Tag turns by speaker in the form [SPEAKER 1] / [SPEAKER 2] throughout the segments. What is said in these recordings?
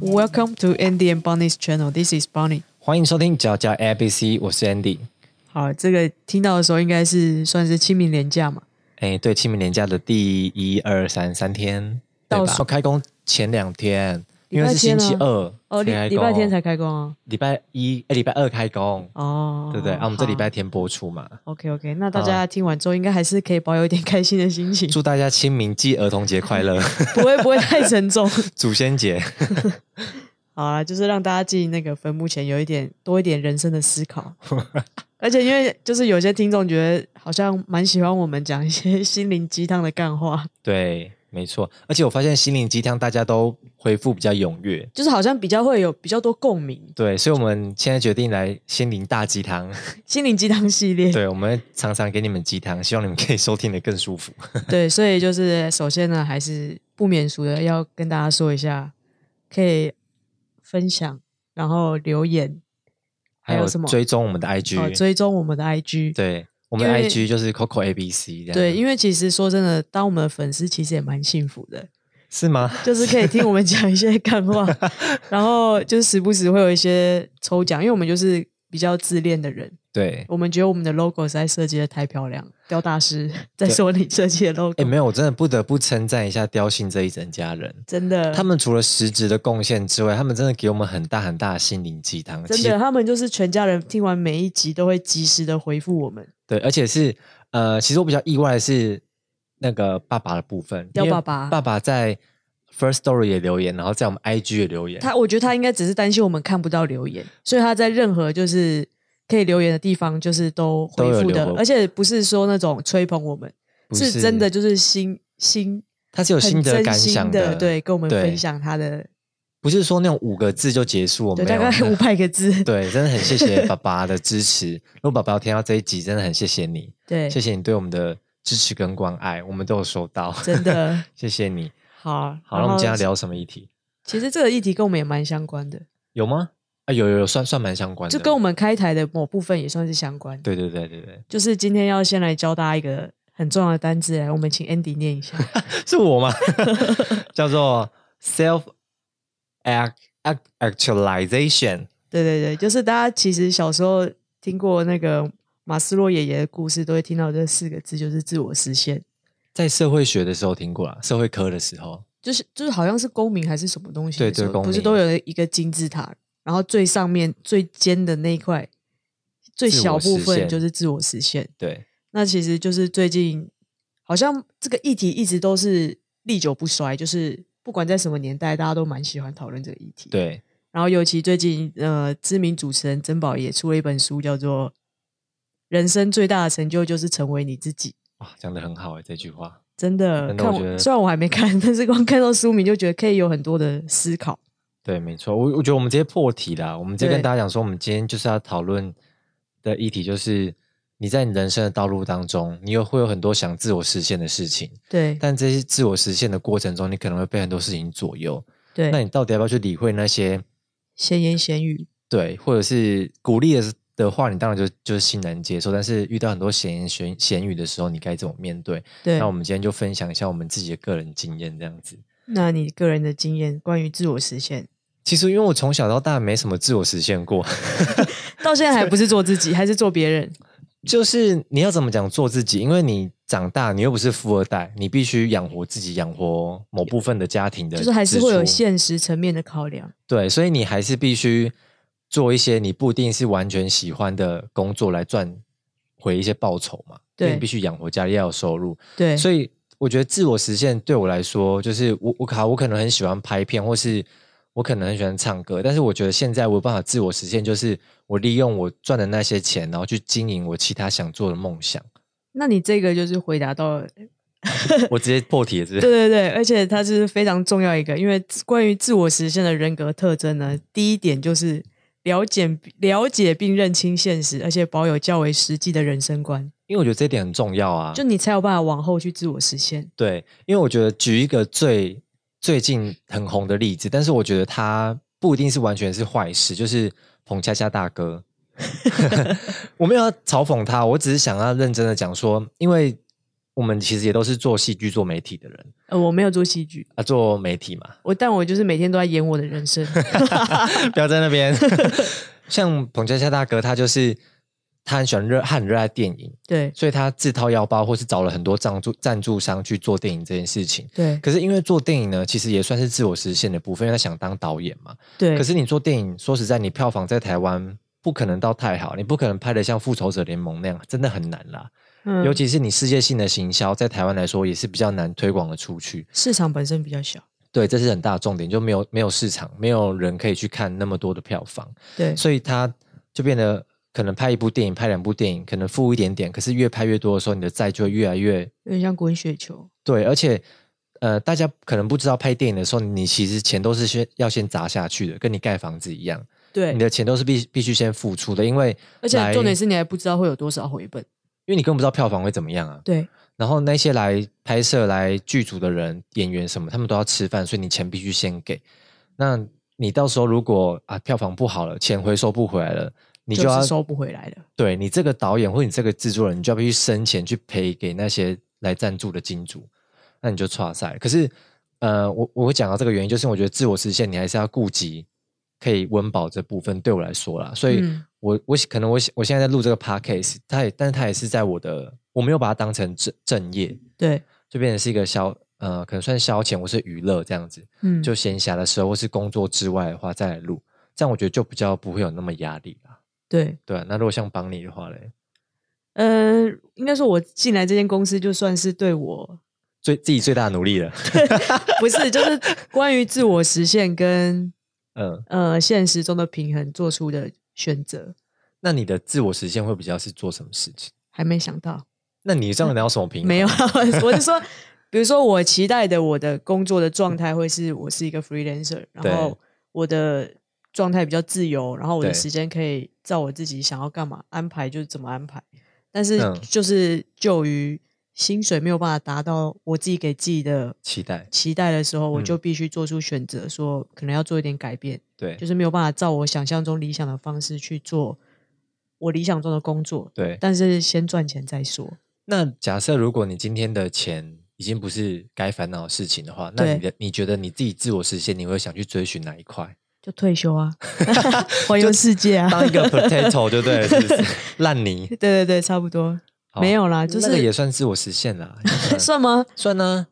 [SPEAKER 1] Welcome to Andy and Bonnie's channel. This is Bonnie.
[SPEAKER 2] 欢迎收听脚脚 ABC，我是 Andy。
[SPEAKER 1] 好，这个听到的时候应该是算是清明廉假嘛？
[SPEAKER 2] 哎，对，清明年假的第一、二、三三天，对
[SPEAKER 1] 倒
[SPEAKER 2] 吧？
[SPEAKER 1] 数
[SPEAKER 2] 说开工前两天，
[SPEAKER 1] 礼
[SPEAKER 2] 因
[SPEAKER 1] 拜
[SPEAKER 2] 为是
[SPEAKER 1] 天
[SPEAKER 2] 星
[SPEAKER 1] 啊
[SPEAKER 2] 期二，
[SPEAKER 1] 哦，礼
[SPEAKER 2] 才开
[SPEAKER 1] 礼拜
[SPEAKER 2] 工
[SPEAKER 1] 天才开工啊？
[SPEAKER 2] 礼拜一，哎，礼拜二开工，
[SPEAKER 1] 哦，
[SPEAKER 2] 对不对？啊，我们这
[SPEAKER 1] 好
[SPEAKER 2] 礼拜啊天播出嘛，
[SPEAKER 1] OK OK，那大家听完之后应该还是可以保有一点开心的心情，
[SPEAKER 2] 祝大家清明暨儿童节快 乐，
[SPEAKER 1] 不会不会太沉重。
[SPEAKER 2] 祖先节。
[SPEAKER 1] 好啦，就是让大家进那个坟墓前有一点多一点人生的思 考。而且因为就是有些听众觉得好像蛮喜欢我们讲一些心灵鸡汤的干话，
[SPEAKER 2] 对，没错。而且我发现心灵鸡汤大家都回复比较踊跃，
[SPEAKER 1] 就是好像比较会有比较多共鸣，
[SPEAKER 2] 对，所以我们现在决定来心灵大 鸡汤。
[SPEAKER 1] 心灵鸡汤系列。
[SPEAKER 2] 对，我们会常常给你们鸡汤，希望你们可以收听的更舒服。
[SPEAKER 1] 对，所以就是首先呢，还是不免俗的要跟大家说一下，可以分享，然后留言，还有什么
[SPEAKER 2] 追踪我们的 IG，、
[SPEAKER 1] 哦，追踪我们的 IG。
[SPEAKER 2] 对，我们的
[SPEAKER 1] 因为
[SPEAKER 2] IG 就是 Coco ABC 这样。
[SPEAKER 1] 对，因
[SPEAKER 2] 为
[SPEAKER 1] 为其实说真的，当我们的粉丝其实也蛮幸福 的，
[SPEAKER 2] 是吗？
[SPEAKER 1] 就是可以听我们讲一些干 话，然后就是时不时会有一些抽奖，因为我们就是比较自恋的人，
[SPEAKER 2] 对，
[SPEAKER 1] 我们觉得我们的 logo 实在设计的太漂亮，刁大师在
[SPEAKER 2] 对
[SPEAKER 1] 说你设计的 logo，
[SPEAKER 2] 哎，没有，我真的不得不称赞一下雕信这一整家人。
[SPEAKER 1] 真的，
[SPEAKER 2] 他们除了实质的贡献之外，他们真的给我们很大很大的心灵鸡汤。
[SPEAKER 1] 真
[SPEAKER 2] 啊其
[SPEAKER 1] 的，他们就是全家人听完每一集都会及时的回复我们，
[SPEAKER 2] 对，而且是呃，其实我比较意外的是那个爸爸的部分，
[SPEAKER 1] 刁
[SPEAKER 2] 因为
[SPEAKER 1] 爸爸
[SPEAKER 2] 爸爸在 First Story 也留言，然后在我们 IG 也留言，
[SPEAKER 1] 他我觉得他应该只是担心我们看不到留言，所以他在任何就是可以留言的地方，就是都回复
[SPEAKER 2] 都有留
[SPEAKER 1] 的，
[SPEAKER 2] 言
[SPEAKER 1] 而且不是说那种吹捧我们，
[SPEAKER 2] 不
[SPEAKER 1] 是真的，就是心心
[SPEAKER 2] 他是有
[SPEAKER 1] 很
[SPEAKER 2] 心得
[SPEAKER 1] 真
[SPEAKER 2] 感想
[SPEAKER 1] 心的，对，跟我们
[SPEAKER 2] 对
[SPEAKER 1] 分享他的，
[SPEAKER 2] 不是说那种五个字就结束，我
[SPEAKER 1] 对，
[SPEAKER 2] 没
[SPEAKER 1] 大
[SPEAKER 2] 有
[SPEAKER 1] 概
[SPEAKER 2] 那
[SPEAKER 1] 五百个字，
[SPEAKER 2] 对，真的很谢谢爸爸的支持。如果爸爸有听到这一集，真的很谢谢你，
[SPEAKER 1] 对，
[SPEAKER 2] 谢谢你对我们的支持跟关爱，我们都有收到，
[SPEAKER 1] 真的
[SPEAKER 2] 谢谢你。
[SPEAKER 1] 好。
[SPEAKER 2] 好，那我们今
[SPEAKER 1] 然
[SPEAKER 2] 天
[SPEAKER 1] 后
[SPEAKER 2] 要聊什么议题？
[SPEAKER 1] 其实这个议题跟我们也蛮相关的，
[SPEAKER 2] 有吗？啊，有有有，算算蛮相关的，
[SPEAKER 1] 就跟我们开台的某部分也算是相关。
[SPEAKER 2] 对对对对对，
[SPEAKER 1] 就是今天要先来教大家一个很重要的单字，来，我们请 Andy 念一 下。
[SPEAKER 2] 是我 吗？叫做 self act act actualization。
[SPEAKER 1] 对对对，就是大家其实小时候听过那个马斯洛爷爷的故事，都会听到这四个字，就是自我实现，
[SPEAKER 2] 在社会学的时候听过啦，社会科的时候，
[SPEAKER 1] 就是就是好像是公民还是什么东西的
[SPEAKER 2] 对对
[SPEAKER 1] 时候
[SPEAKER 2] 公
[SPEAKER 1] 不是
[SPEAKER 2] 民
[SPEAKER 1] 都有一个金字塔，然后最上面最尖的那一块最
[SPEAKER 2] 自我
[SPEAKER 1] 小部
[SPEAKER 2] 实
[SPEAKER 1] 分
[SPEAKER 2] 现
[SPEAKER 1] 就是自我实现。
[SPEAKER 2] 对
[SPEAKER 1] 那其实就是最近好像这个议题一直都是历久不衰，就是不管在什么年代，大家都蛮喜欢讨论这个议题。
[SPEAKER 2] 对，
[SPEAKER 1] 然后尤其最近呃，知名主持人曾宝也出了一本书，叫做《人生最大的成就就是成为你自己》。
[SPEAKER 2] 哇，讲的很好哎、欸，这句话。
[SPEAKER 1] 真的，
[SPEAKER 2] 真的
[SPEAKER 1] 看
[SPEAKER 2] 我觉得
[SPEAKER 1] 虽然我还没看，但是光看到书名就觉得可以有很多的思考。
[SPEAKER 2] 对，没错，我我觉得我们直接破题啦，我们直接
[SPEAKER 1] 对
[SPEAKER 2] 跟大家讲说，我们今天就是要讨论的议题就是你在你人生的道路当中，你有会有很多想自我实现的事情，
[SPEAKER 1] 对
[SPEAKER 2] 但这些自我实现的过程中，你可能会被很多事情左右。那
[SPEAKER 1] 对，
[SPEAKER 2] 你到底要不要去理会那些
[SPEAKER 1] 闲言闲语，
[SPEAKER 2] 对，或者是鼓励的的话，你当然就就是欣然接受。但是遇到很多闲言闲闲语的时候，你该怎么面对？
[SPEAKER 1] 对，
[SPEAKER 2] 那我们今天就分享一下我们自己的个人经验，这样子。
[SPEAKER 1] 那你个人的经验关于自我实现，
[SPEAKER 2] 其实，因为我从小到大没什么自我实现过，
[SPEAKER 1] 到现在还不是做自己，还是做别人。
[SPEAKER 2] 就是你要怎么讲做自己，因为你长大，你又不是富二代，你必须养活自己，养活某部分的家庭的支
[SPEAKER 1] 就
[SPEAKER 2] 出，
[SPEAKER 1] 是还是会有现实层面的考量。
[SPEAKER 2] 对，所以你还是必须做一些你不一定是完全喜欢的工作来赚回一些报酬嘛，因
[SPEAKER 1] 对
[SPEAKER 2] 为你必须养活家里要有收入，
[SPEAKER 1] 对，
[SPEAKER 2] 所以我觉得自我实现对我来说，就是我我靠，我可能很喜欢拍片，或是我可能很喜欢唱歌，但是我觉得现在我有办法自我实现，就是我利用我赚的那些钱，然后去经营我其他想做的梦想。
[SPEAKER 1] 那你这个就是回答到了
[SPEAKER 2] 我直接破题了是不是
[SPEAKER 1] 对对对，而且它是非常重要一个，因为关于自我实现的人格特征呢，第一点就是了解了解并认清现实，而且保有较为实际的人生观，
[SPEAKER 2] 因为我觉得这一点很重要啊。
[SPEAKER 1] 就你才有办法往后去自我实现。
[SPEAKER 2] 对，因为我觉得举一个最最近很红的例子，但是我觉得他不一定是完全是坏事，就是彭恰恰大哥。 我没有要嘲讽他，我只是想要认真的讲说，因为我们其实也都是做戏剧、做媒体的人
[SPEAKER 1] 呃，我没有做戏剧，
[SPEAKER 2] 啊，做媒体嘛，
[SPEAKER 1] 我但我就是每天都在演我的人生。
[SPEAKER 2] 不要在那边。 像彭佳佳大哥，他就是他很喜欢热，他很热爱电影，
[SPEAKER 1] 对
[SPEAKER 2] 所以他自掏腰包，或是找了很多赞助赞助商去做电影这件事情。
[SPEAKER 1] 对
[SPEAKER 2] 可是因为做电影呢，其实也算是自我实现的部分，因为他想当导演嘛。
[SPEAKER 1] 对，
[SPEAKER 2] 可是你做电影，说实在，你票房在台湾不可能到太好，你不可能拍的像《复仇者联盟》那样，真的很难啦。
[SPEAKER 1] 嗯
[SPEAKER 2] 尤其是你世界性的行销，在台湾来说也是比较难推广的出去。
[SPEAKER 1] 市场本身比较小，
[SPEAKER 2] 对，这是很大的重点，就没有没有市场，没有人可以去看那么多的票房，
[SPEAKER 1] 对
[SPEAKER 2] 所以他就变得可能拍一部电影，拍两部电影，可能付一点点，可是越拍越多的时候，你的债就会越来越
[SPEAKER 1] 有点像滚雪球。
[SPEAKER 2] 对，而且呃，大家可能不知道拍电影的时候，你其实钱都是先要先砸下去的，跟你盖房子一样，
[SPEAKER 1] 对
[SPEAKER 2] 你，的钱都是必必须先付出的，因为
[SPEAKER 1] 而且
[SPEAKER 2] 来
[SPEAKER 1] 重点是你还不知道会有多少回本。
[SPEAKER 2] 因为你根本不知道票房会怎么样啊。
[SPEAKER 1] 对
[SPEAKER 2] 然后那些来拍摄、来剧组的人、演员什么，他们都要吃饭，所以你钱必须先给。那你到时候如果啊票房不好了，钱回收不回来了，你就要、
[SPEAKER 1] 是收不回来了。
[SPEAKER 2] 对你这个导演或你这个制作人，你就要必须生钱去赔给那些来赞助的金主，那你就差赛。可是呃，我我会讲到这个原因，就是我觉得自我实现，你还是要顾及可以温饱这部分，对我来说啦，所以。
[SPEAKER 1] 嗯
[SPEAKER 2] 我我可能我我现在在录这个 podcast，它也，但是它也是在我的，我没有把它当成正正业，
[SPEAKER 1] 对，
[SPEAKER 2] 就变成是一个消呃，可能算消遣或是娱乐这样子。
[SPEAKER 1] 嗯，
[SPEAKER 2] 就闲暇的时候或是工作之外的话再来录，这样我觉得就比较不会有那么压力啦。
[SPEAKER 1] 对。
[SPEAKER 2] 对啊、那如果像帮你的话嘞，
[SPEAKER 1] 呃，应该说，我进来这间公司就算是对我
[SPEAKER 2] 最自己最大的努力了。
[SPEAKER 1] 不是，就是关于自我实现跟
[SPEAKER 2] 嗯，
[SPEAKER 1] 呃现实中的平衡做出的选择，
[SPEAKER 2] 那你的自我实现会比较是做什么事情？
[SPEAKER 1] 还没想到。
[SPEAKER 2] 那你这样能有什么平衡？
[SPEAKER 1] 嗯没有， 我是说，比如说我期待的我的工作的状态会是我是一个 freelancer，
[SPEAKER 2] 对
[SPEAKER 1] 然后我的状态比较自由，然后我的
[SPEAKER 2] 对
[SPEAKER 1] 时间可以照我自己想要干嘛安排就怎么安排。但是
[SPEAKER 2] 嗯
[SPEAKER 1] 就是就于薪水没有办法达到我自己给自己的
[SPEAKER 2] 期待，
[SPEAKER 1] 期待的时候，我
[SPEAKER 2] 嗯
[SPEAKER 1] 就必须做出选择，说可能要做一点改变，
[SPEAKER 2] 对
[SPEAKER 1] 就是没有办法照我想象中理想的方式去做我理想中的工作，
[SPEAKER 2] 对。
[SPEAKER 1] 但是先赚钱再说。
[SPEAKER 2] 那假设如果你今天的钱已经不是该烦恼的事情的话，那你
[SPEAKER 1] 对
[SPEAKER 2] 的你觉得你自己自我实现，你会想去追寻哪一块？
[SPEAKER 1] 就退休 啊，环游世界啊，
[SPEAKER 2] 当一个 potato 就对了，是不是烂泥
[SPEAKER 1] 对对对，差不多。
[SPEAKER 2] 好
[SPEAKER 1] 没有啦，啊就
[SPEAKER 2] 哦那个 也
[SPEAKER 1] 是
[SPEAKER 2] 算自我实现 啦，也算
[SPEAKER 1] 算吗？
[SPEAKER 2] 算呢、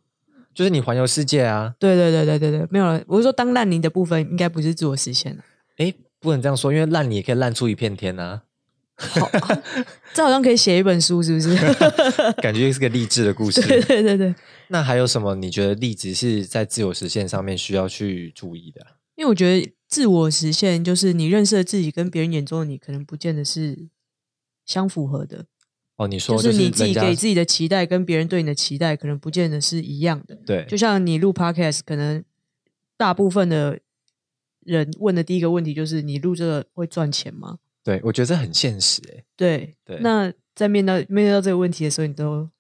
[SPEAKER 2] 就是你环游世界啊。
[SPEAKER 1] 对对对对对对，没有了。我是说，当烂泥的部分应该不是自我实现啊了，
[SPEAKER 2] 诶，不能这样说，因为烂泥也可以烂出一片天啊呐、
[SPEAKER 1] 这好像可以写一本书，是不是？
[SPEAKER 2] 感觉 是个励志的 故
[SPEAKER 1] 对
[SPEAKER 2] 事。
[SPEAKER 1] 对对对，
[SPEAKER 2] 那还有什么你觉得励志是在自我实现上面需要去注意的？啊
[SPEAKER 1] 因为我觉得自我实现就是你认识的自己跟别人眼中的你，可能不见得是相符合的，
[SPEAKER 2] 哦，你说
[SPEAKER 1] 就是
[SPEAKER 2] 是
[SPEAKER 1] 你自己
[SPEAKER 2] 人家
[SPEAKER 1] 给自己的期待跟别人对你的期待，可能不见得是一样的。
[SPEAKER 2] 对，
[SPEAKER 1] 就像你录 podcast，可能大部分的人问的第一个问题就是：你录这个会赚钱吗？
[SPEAKER 2] 对我觉得这很现实欸诶。
[SPEAKER 1] 对，
[SPEAKER 2] 对
[SPEAKER 1] 那在面到面对到这个问题的时候，你都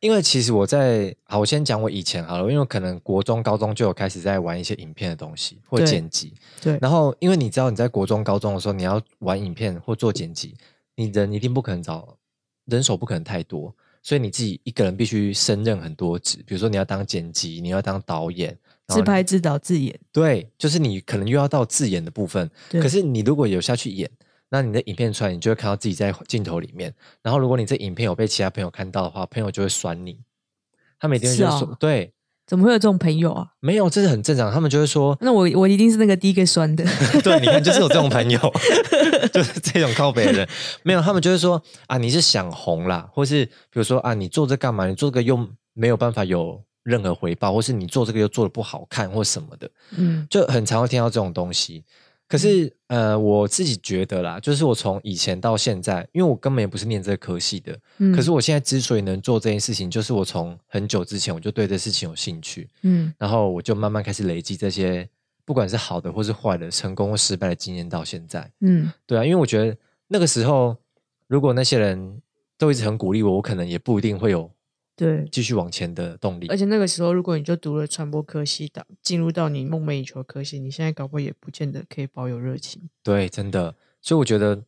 [SPEAKER 2] 因为其实我在好，我先讲我以前好了，因为可能国中、高中就有开始在玩一些影片的东西或
[SPEAKER 1] 对
[SPEAKER 2] 剪辑。
[SPEAKER 1] 对
[SPEAKER 2] 然后，因为你知道你在国中、高中的时候，你要玩影片或做剪辑，你人一定不可能找人手不可能太多，所以你自己一个人必须胜任很多职，比如说你要当剪辑，你要当导演，然后
[SPEAKER 1] 自
[SPEAKER 2] 你
[SPEAKER 1] 拍自导自演。
[SPEAKER 2] 对，就是你可能又要到自演的部分。
[SPEAKER 1] 对，
[SPEAKER 2] 可是你如果有下去演，那你的影片出来，你就会看到自己在镜头里面。然后如果你这影片有被其他朋友看到的话，朋友就会酸你，他们一定会
[SPEAKER 1] 是
[SPEAKER 2] 就
[SPEAKER 1] 哦
[SPEAKER 2] 说、对。
[SPEAKER 1] 怎么会有这种朋友啊？，
[SPEAKER 2] 没有，这是很正常。他们就会说
[SPEAKER 1] 那我我一定是那个第一个酸 的。
[SPEAKER 2] 对，你看，就是有这种朋友， 就是这种靠北的人。没有，他们就会说啊，你是想红啦，或是比如说啊，你做这干嘛？你做这个又没有办法有任何回报，或是你做这个又做的不好看或什么的。
[SPEAKER 1] 嗯，
[SPEAKER 2] 就很常会听到这种东西。可是，呃，我自己觉得啦，就是我从以前到现在，因为我根本也不是念这个科系的，
[SPEAKER 1] 嗯
[SPEAKER 2] 可是我现在之所以能做这件事情，就是我从很久之前我就对这事情有兴趣，
[SPEAKER 1] 嗯
[SPEAKER 2] 然后我就慢慢开始累积这些，不管是好的或是坏的，成功或失败的经验到现在。
[SPEAKER 1] 嗯，
[SPEAKER 2] 对啊，因为我觉得那个时候，如果那些人都一直很鼓励我，我可能也不一定会有
[SPEAKER 1] 对。
[SPEAKER 2] 继续往前的动力
[SPEAKER 1] 而。且那个时候，如果你就读了传播科系，到进入到你梦寐以求的科系，你现在搞不好也不见得可以保有热情。
[SPEAKER 2] 对，真的。所以我觉得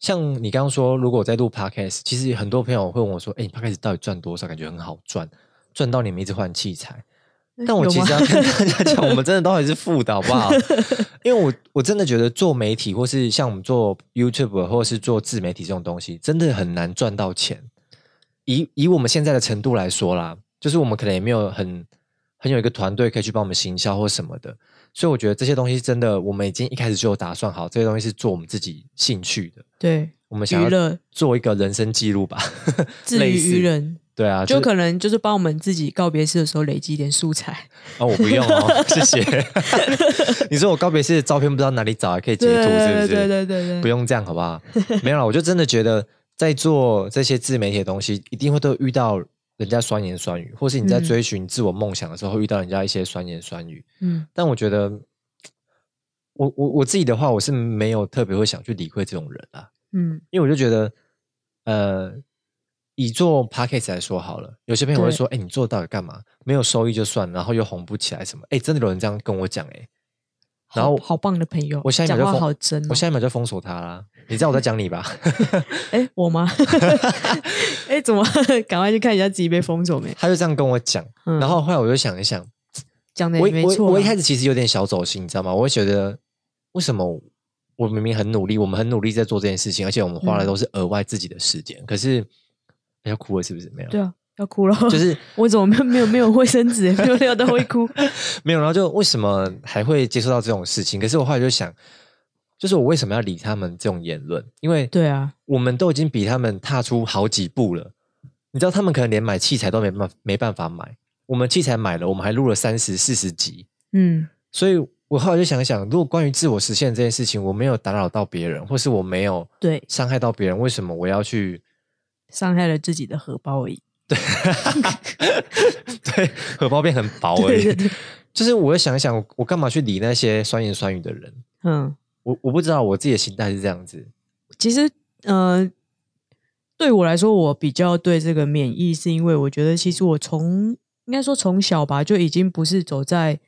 [SPEAKER 2] 像你刚刚说，如果我在录 podcast，其实很多朋友会问我说：“哎、你 podcast 到底赚多少？感觉很好赚，赚到你们一直换器材。”但
[SPEAKER 1] 嗯
[SPEAKER 2] 我
[SPEAKER 1] 有
[SPEAKER 2] 其
[SPEAKER 1] 吗
[SPEAKER 2] 实要跟大家讲，我们真的都还是负的，好不好？因为我我真的觉得做媒体，或是像我们做 YouTube，或是做自媒体这种东西，真的很难赚到钱。以以我们现在的程度来说啦，就是我们可能也没有很很有一个团队可以去帮我们行销或什么的，所以我觉得这些东西真的，我们已经一开始就有打算好，这些东西是做我们自己兴趣的，
[SPEAKER 1] 对，
[SPEAKER 2] 我们想
[SPEAKER 1] 娱
[SPEAKER 2] 要
[SPEAKER 1] 乐
[SPEAKER 2] 做一个人生记录吧，
[SPEAKER 1] 自
[SPEAKER 2] 类
[SPEAKER 1] 娱
[SPEAKER 2] 似
[SPEAKER 1] 于人，
[SPEAKER 2] 对啊，
[SPEAKER 1] 就是可能就是帮我们自己告别式的时候累积一点素材。
[SPEAKER 2] 哦，我不用哦，谢 谢。你说我告别式的照片不知道哪里找，啊还可以截
[SPEAKER 1] 对
[SPEAKER 2] 图，是不
[SPEAKER 1] 对
[SPEAKER 2] 是？
[SPEAKER 1] 对对对
[SPEAKER 2] 不
[SPEAKER 1] 对，
[SPEAKER 2] 用这样，好不好？没有啦，我就真的觉得在做这些自媒体的东西，一定会都遇到人家酸言酸语，或是你在
[SPEAKER 1] 嗯
[SPEAKER 2] 追寻自我梦想的时候，会遇到人家一些酸言酸语。
[SPEAKER 1] 嗯，
[SPEAKER 2] 但我觉得，我我我自己的话，我是没有特别会想去理会这种人啊，
[SPEAKER 1] 嗯，
[SPEAKER 2] 因为我就觉得，呃，以做 podcast 来说好了，有些朋友会
[SPEAKER 1] 对
[SPEAKER 2] 说，哎、你做到底干嘛？没有收益就算了，然后又红不起来什么？哎、真的有人这样跟我讲、哎，然
[SPEAKER 1] 好
[SPEAKER 2] 后
[SPEAKER 1] 好棒的朋友，
[SPEAKER 2] 我下一秒
[SPEAKER 1] 讲
[SPEAKER 2] 就
[SPEAKER 1] 话
[SPEAKER 2] 封
[SPEAKER 1] 好真哦
[SPEAKER 2] 我。下一秒就封锁他啦。你知道我在讲你吧？
[SPEAKER 1] 哎，我 吗？哎，怎么赶快去看一下自己被封锁没？
[SPEAKER 2] 他就这样跟我讲，
[SPEAKER 1] 嗯
[SPEAKER 2] 然后后来我就想一想，
[SPEAKER 1] 讲的
[SPEAKER 2] 我
[SPEAKER 1] 也
[SPEAKER 2] 一
[SPEAKER 1] 没
[SPEAKER 2] 我
[SPEAKER 1] 错啊，
[SPEAKER 2] 我一开始其实有点小走心，你知道吗？我会觉得为什么我明明很努力，我们很努力在做这件事情，而且我们花的
[SPEAKER 1] 嗯
[SPEAKER 2] 都是额外自己的时间，可是哎要哭了是不是？没有，
[SPEAKER 1] 对啊，要哭了，
[SPEAKER 2] 就是
[SPEAKER 1] 我怎么没有没有没有卫生纸，没有料到会 哭。
[SPEAKER 2] 没有，然后就为什么还会接受到这种事情？可是我后来就想，就是我为什么要理他们这种言论？因为
[SPEAKER 1] 对啊，
[SPEAKER 2] 我们都已经比他们踏出好几步了。你知道他们可能连买器材都没办法没办法买，我们器材买了，我们还录了三十四十集，
[SPEAKER 1] 嗯，
[SPEAKER 2] 所以我后来就想一想，如果关于自我实现这件事情，我没有打扰到别人，或是我没有
[SPEAKER 1] 对，
[SPEAKER 2] 伤害到别人，为什么我 要去
[SPEAKER 1] 伤害了自己的荷包而已。
[SPEAKER 2] 对荷包变很薄而
[SPEAKER 1] 对
[SPEAKER 2] 已？
[SPEAKER 1] 对对，
[SPEAKER 2] 就是我会想一想，我我干嘛去理那些酸言酸语的人？
[SPEAKER 1] 嗯，
[SPEAKER 2] 我我不知道我自己的心态是这样子。
[SPEAKER 1] 其实，呃，对我来说，我比较对这个免疫，是因为我觉得其实我从应该说从小吧，就已经不是走在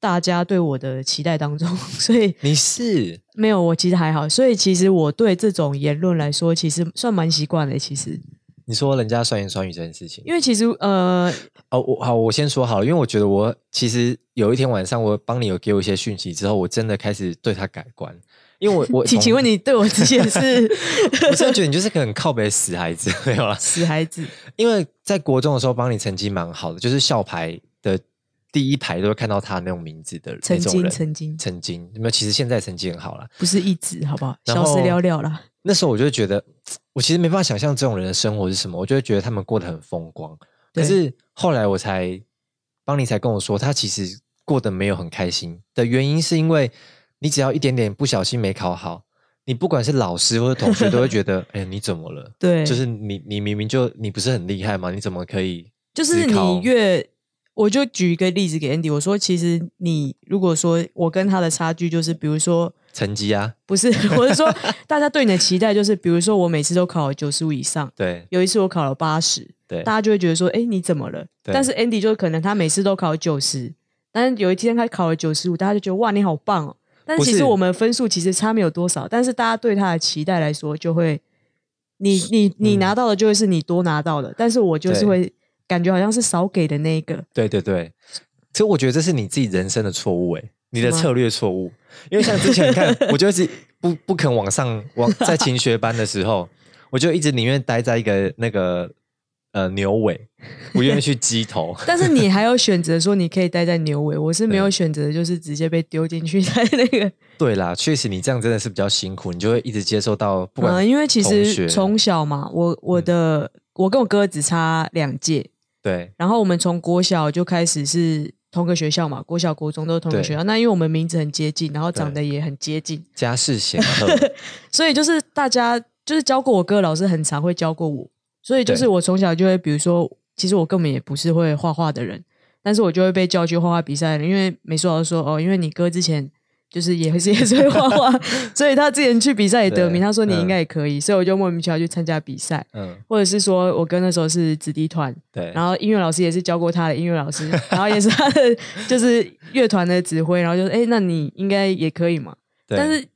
[SPEAKER 1] 大家对我的期待当中， 所以
[SPEAKER 2] 你是
[SPEAKER 1] 没有我其实还好，所以其实我对这种言论来说，其实算蛮习惯的。其实，
[SPEAKER 2] 你说人家酸言酸语这件事情
[SPEAKER 1] 因为其实呃，
[SPEAKER 2] 哦，我好，我先说好了，因为我觉得我其实有一天晚上我帮你有给我一些讯息之后，我真的开始对他改观，因为我 我
[SPEAKER 1] 请
[SPEAKER 2] 从
[SPEAKER 1] 请问，你对我之前 是
[SPEAKER 2] 我真的觉得你就是个很靠北的死孩子， 没有啦，
[SPEAKER 1] 死孩子？
[SPEAKER 2] 因为在国中的时候，帮你成绩蛮好的，就是校牌的第一排都会看到他那种名字的那
[SPEAKER 1] 曾
[SPEAKER 2] 种
[SPEAKER 1] 经
[SPEAKER 2] 人。
[SPEAKER 1] 曾经
[SPEAKER 2] 曾经，那么其实现在成绩很好了。
[SPEAKER 1] 不是一直好不好？
[SPEAKER 2] 然
[SPEAKER 1] 消失
[SPEAKER 2] 后
[SPEAKER 1] 寥寥啦。
[SPEAKER 2] 那时候我就觉得，我其实没办法想象这种人的生活是什么，我就会觉得他们过得很风光。可
[SPEAKER 1] 对
[SPEAKER 2] 是后来我才，邦尼才跟我说，他其实过得没有很开心的原因，是因为你只要一点点不小心没考好，你不管是老师或者同学都会觉得， 哎、呀，你怎么了？
[SPEAKER 1] 对，
[SPEAKER 2] 就是你，你明明就你不是很厉害吗？你怎么可以
[SPEAKER 1] 就是
[SPEAKER 2] 思考
[SPEAKER 1] 你越，我就举一个例子给 Andy，我说其实你如果说我跟他的差距就是，比如说
[SPEAKER 2] 成绩啊？
[SPEAKER 1] 不是， 我是说大家对你的期待就是，比如说我每次都考九十五以上，
[SPEAKER 2] 对
[SPEAKER 1] 有一次我考了八十，
[SPEAKER 2] 对，
[SPEAKER 1] 大家就会觉得说，哎，你怎么了？
[SPEAKER 2] 对
[SPEAKER 1] 但是 Andy 就可能他每次都考九十，但是有一天他考了九十五，大家就觉得哇，你好棒哦。但
[SPEAKER 2] 不
[SPEAKER 1] 是
[SPEAKER 2] 是
[SPEAKER 1] 其实我们分数其实差没有多少，但是大家对他的期待来说，就会你你你
[SPEAKER 2] 嗯
[SPEAKER 1] 拿到的就会是你多拿到的，但是我就是
[SPEAKER 2] 对
[SPEAKER 1] 会感觉好像是少给的那一 个。
[SPEAKER 2] 对对对，其实我觉得这是你自己人生的错误，哎，你的
[SPEAKER 1] 什么
[SPEAKER 2] 策略错误。因为像之前你看，我就 一直不不肯往上往在勤学班的时候，我就一直宁愿待在一个那个呃牛尾，不愿意去鸡头。
[SPEAKER 1] 但是你还有选择说你可以待在牛尾，我是没有选择，就是直接被丢进去在那个。
[SPEAKER 2] 对啦，确实你这样真的是比较辛苦，你就会一直接受到不管、
[SPEAKER 1] 嗯，因为其
[SPEAKER 2] 同学嗯
[SPEAKER 1] 实从小嘛，我我的、我跟我哥只差两届，
[SPEAKER 2] 对
[SPEAKER 1] 然后我们从国小就开始是同个学校嘛，国小、国中都是同个
[SPEAKER 2] 对
[SPEAKER 1] 学校。那因为我们名字很接近，然后长
[SPEAKER 2] 对
[SPEAKER 1] 得也很接近，
[SPEAKER 2] 家 世显赫，
[SPEAKER 1] 所以就是大家就是教过我哥的老师很常会教过我，所以就是
[SPEAKER 2] 对
[SPEAKER 1] 我从小就会，比如说，其实我根本也不是会画画的人，但是我就会被叫去画画比赛了，因为美术老师说哦，因为你哥之前。就是也是也 是会画画，所以他之前去比赛也得名。
[SPEAKER 2] 对
[SPEAKER 1] 他说你
[SPEAKER 2] 嗯
[SPEAKER 1] 应该也可以，所以我就莫名其妙去参加比赛，
[SPEAKER 2] 嗯，
[SPEAKER 1] 或者是说我哥那时候是子弟团，
[SPEAKER 2] 对，
[SPEAKER 1] 然后音乐老师也是教过他的音乐老师，然后也是他的就是乐团的指挥，然后就说，哎、那你应该也可以嘛。
[SPEAKER 2] 对
[SPEAKER 1] 但是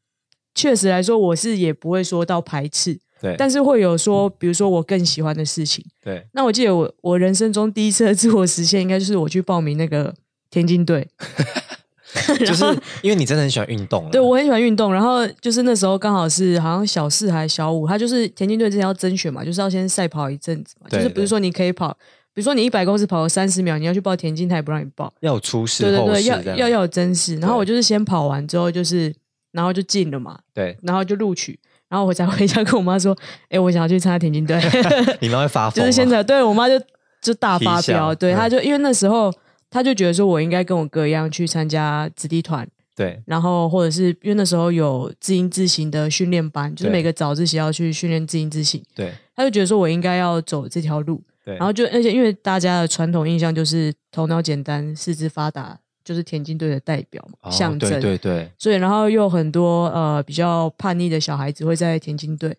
[SPEAKER 1] 确实来说，我是也不会说到排斥，
[SPEAKER 2] 对，
[SPEAKER 1] 但是会有说，比如说我更喜欢的事情。
[SPEAKER 2] 对，
[SPEAKER 1] 那我记得我我人生中第一次的自我实现，应该就是我去报名那个田径队。
[SPEAKER 2] 嗯就是因为你真的很喜欢运动啦，
[SPEAKER 1] 对我很喜欢运动，然后就是那时候刚好是好像小四还小五，他就是田径队之前要甄选嘛，就是要先赛跑一阵子嘛，
[SPEAKER 2] 对
[SPEAKER 1] 就是比如说你可以跑，比如说你一百公尺跑个三十秒，你要去报田径，他也不让你报。
[SPEAKER 2] 要有出事
[SPEAKER 1] 对对
[SPEAKER 2] 后
[SPEAKER 1] 对，
[SPEAKER 2] 事
[SPEAKER 1] 要
[SPEAKER 2] 这样
[SPEAKER 1] 要要有真实。然后
[SPEAKER 2] 对
[SPEAKER 1] 我就是先跑完之后，就是然后就进了嘛，
[SPEAKER 2] 对，
[SPEAKER 1] 然后就录取，然后我才回家跟我妈说， 哎，我想要去参加田径 队，
[SPEAKER 2] 你们会发
[SPEAKER 1] 就
[SPEAKER 2] 疯吗，
[SPEAKER 1] 是现在对我妈就就大
[SPEAKER 2] 踢
[SPEAKER 1] 发
[SPEAKER 2] 笑
[SPEAKER 1] 飙，对，
[SPEAKER 2] 嗯
[SPEAKER 1] 她就因为那时候她就觉得说我应该跟我哥一样去参加子弟团，
[SPEAKER 2] 对
[SPEAKER 1] 然后或者是因为那时候有自音自行的训练班，就是
[SPEAKER 2] 对
[SPEAKER 1] 每个早自习要去训练自音自行，
[SPEAKER 2] 对
[SPEAKER 1] 他就觉得说我应该要走这条路，
[SPEAKER 2] 对，
[SPEAKER 1] 然后就而且因为大家的传统印象就是头脑简单、四肢发达，就是田径队的代表嘛，
[SPEAKER 2] 哦
[SPEAKER 1] 象征。
[SPEAKER 2] 对对对，
[SPEAKER 1] 所以然后又很多呃比较叛逆的小孩子会在田径队，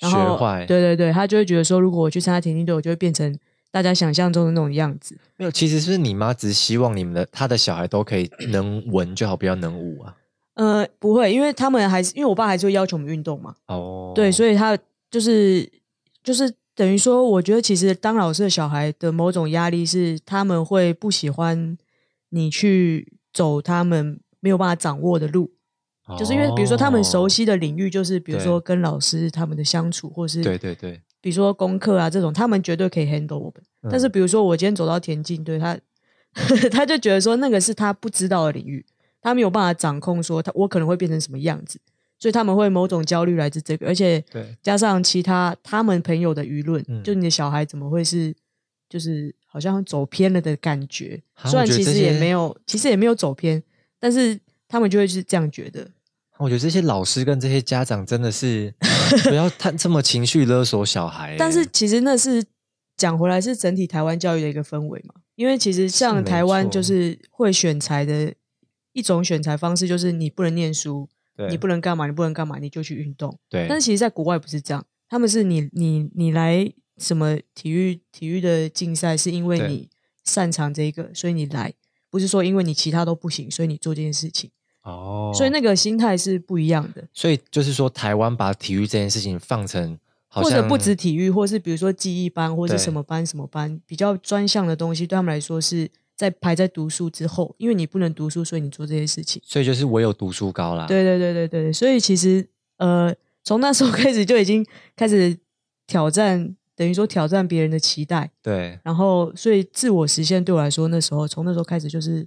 [SPEAKER 1] 然后
[SPEAKER 2] 学坏
[SPEAKER 1] 对对对，他就会觉得说如果我去参加田径队，我就会变成大家想象中的那种样子。
[SPEAKER 2] 没有，其实是你妈只希望你们的她的小孩都可以能文就好，不要能武啊。
[SPEAKER 1] 呃，不会，因为他们还是因为我爸还是会要求我们运动嘛，
[SPEAKER 2] 哦，
[SPEAKER 1] 对，
[SPEAKER 2] 以
[SPEAKER 1] 所以他就是就是等于说，我觉得其实当老师的小孩的某种压力是他们会不喜欢你去走他们没有办法掌握的路，
[SPEAKER 2] 哦
[SPEAKER 1] 就是因为比如说他们熟，悉的领域，就是比如
[SPEAKER 2] 对
[SPEAKER 1] 说跟老师他们的相处，或是
[SPEAKER 2] 对对对，
[SPEAKER 1] 比如说功课啊这种，他们绝对可以 handle 我们。但是
[SPEAKER 2] 嗯
[SPEAKER 1] 比如说我今天走到田径队，他 他就觉得说那个是他不知道的领域，他没有办法掌控说他我可能会变成什么样子，所以他们会某种焦虑来自这个，而且
[SPEAKER 2] 对
[SPEAKER 1] 加上其他他们朋友的舆论，
[SPEAKER 2] 嗯
[SPEAKER 1] 就你的小孩怎么会是就是好像走偏了的感觉，
[SPEAKER 2] 啊
[SPEAKER 1] 虽然
[SPEAKER 2] 我觉得
[SPEAKER 1] 其实
[SPEAKER 2] 这些
[SPEAKER 1] 也没有，其实也没有走偏，但是他们就会是这样觉得。
[SPEAKER 2] 我觉得这些老师跟这些家长真 的是不要太这么情绪勒索小孩欸。
[SPEAKER 1] 但是其实那是讲回来是整体台湾教育的一个氛围嘛，因为其实
[SPEAKER 2] 是
[SPEAKER 1] 像
[SPEAKER 2] 没
[SPEAKER 1] 台湾
[SPEAKER 2] 错
[SPEAKER 1] 就是会选材的一种选材方式，就是你不能念书，
[SPEAKER 2] 对
[SPEAKER 1] 你不能干嘛，你不能干嘛，你就去运动。
[SPEAKER 2] 对，
[SPEAKER 1] 但是其实，在国外不是这样，他们是你你你来什么体育体育的竞赛，是因为
[SPEAKER 2] 对
[SPEAKER 1] 你擅长这个，所以你来，不是说因为你其他都不行，所以你做这件事情，
[SPEAKER 2] 哦，
[SPEAKER 1] 所以那个心态是不一样的。
[SPEAKER 2] 所以就是说，台湾把体育这件事情放成好
[SPEAKER 1] 或
[SPEAKER 2] 像
[SPEAKER 1] 者不止体育，或是比如说技艺班，或者
[SPEAKER 2] 对
[SPEAKER 1] 什么班什么班，比较专项的东西，对他们来说是在排在读书之后，因为你不能读书，所以你做这些事情。
[SPEAKER 2] 所以就是我有读书高啦。
[SPEAKER 1] 对对对对对，所以其实呃，从那时候开始就已经开始挑战，等于说挑战别人的期待，
[SPEAKER 2] 对
[SPEAKER 1] 然后所以自我实现对我来说，那时候从那时候开始就是，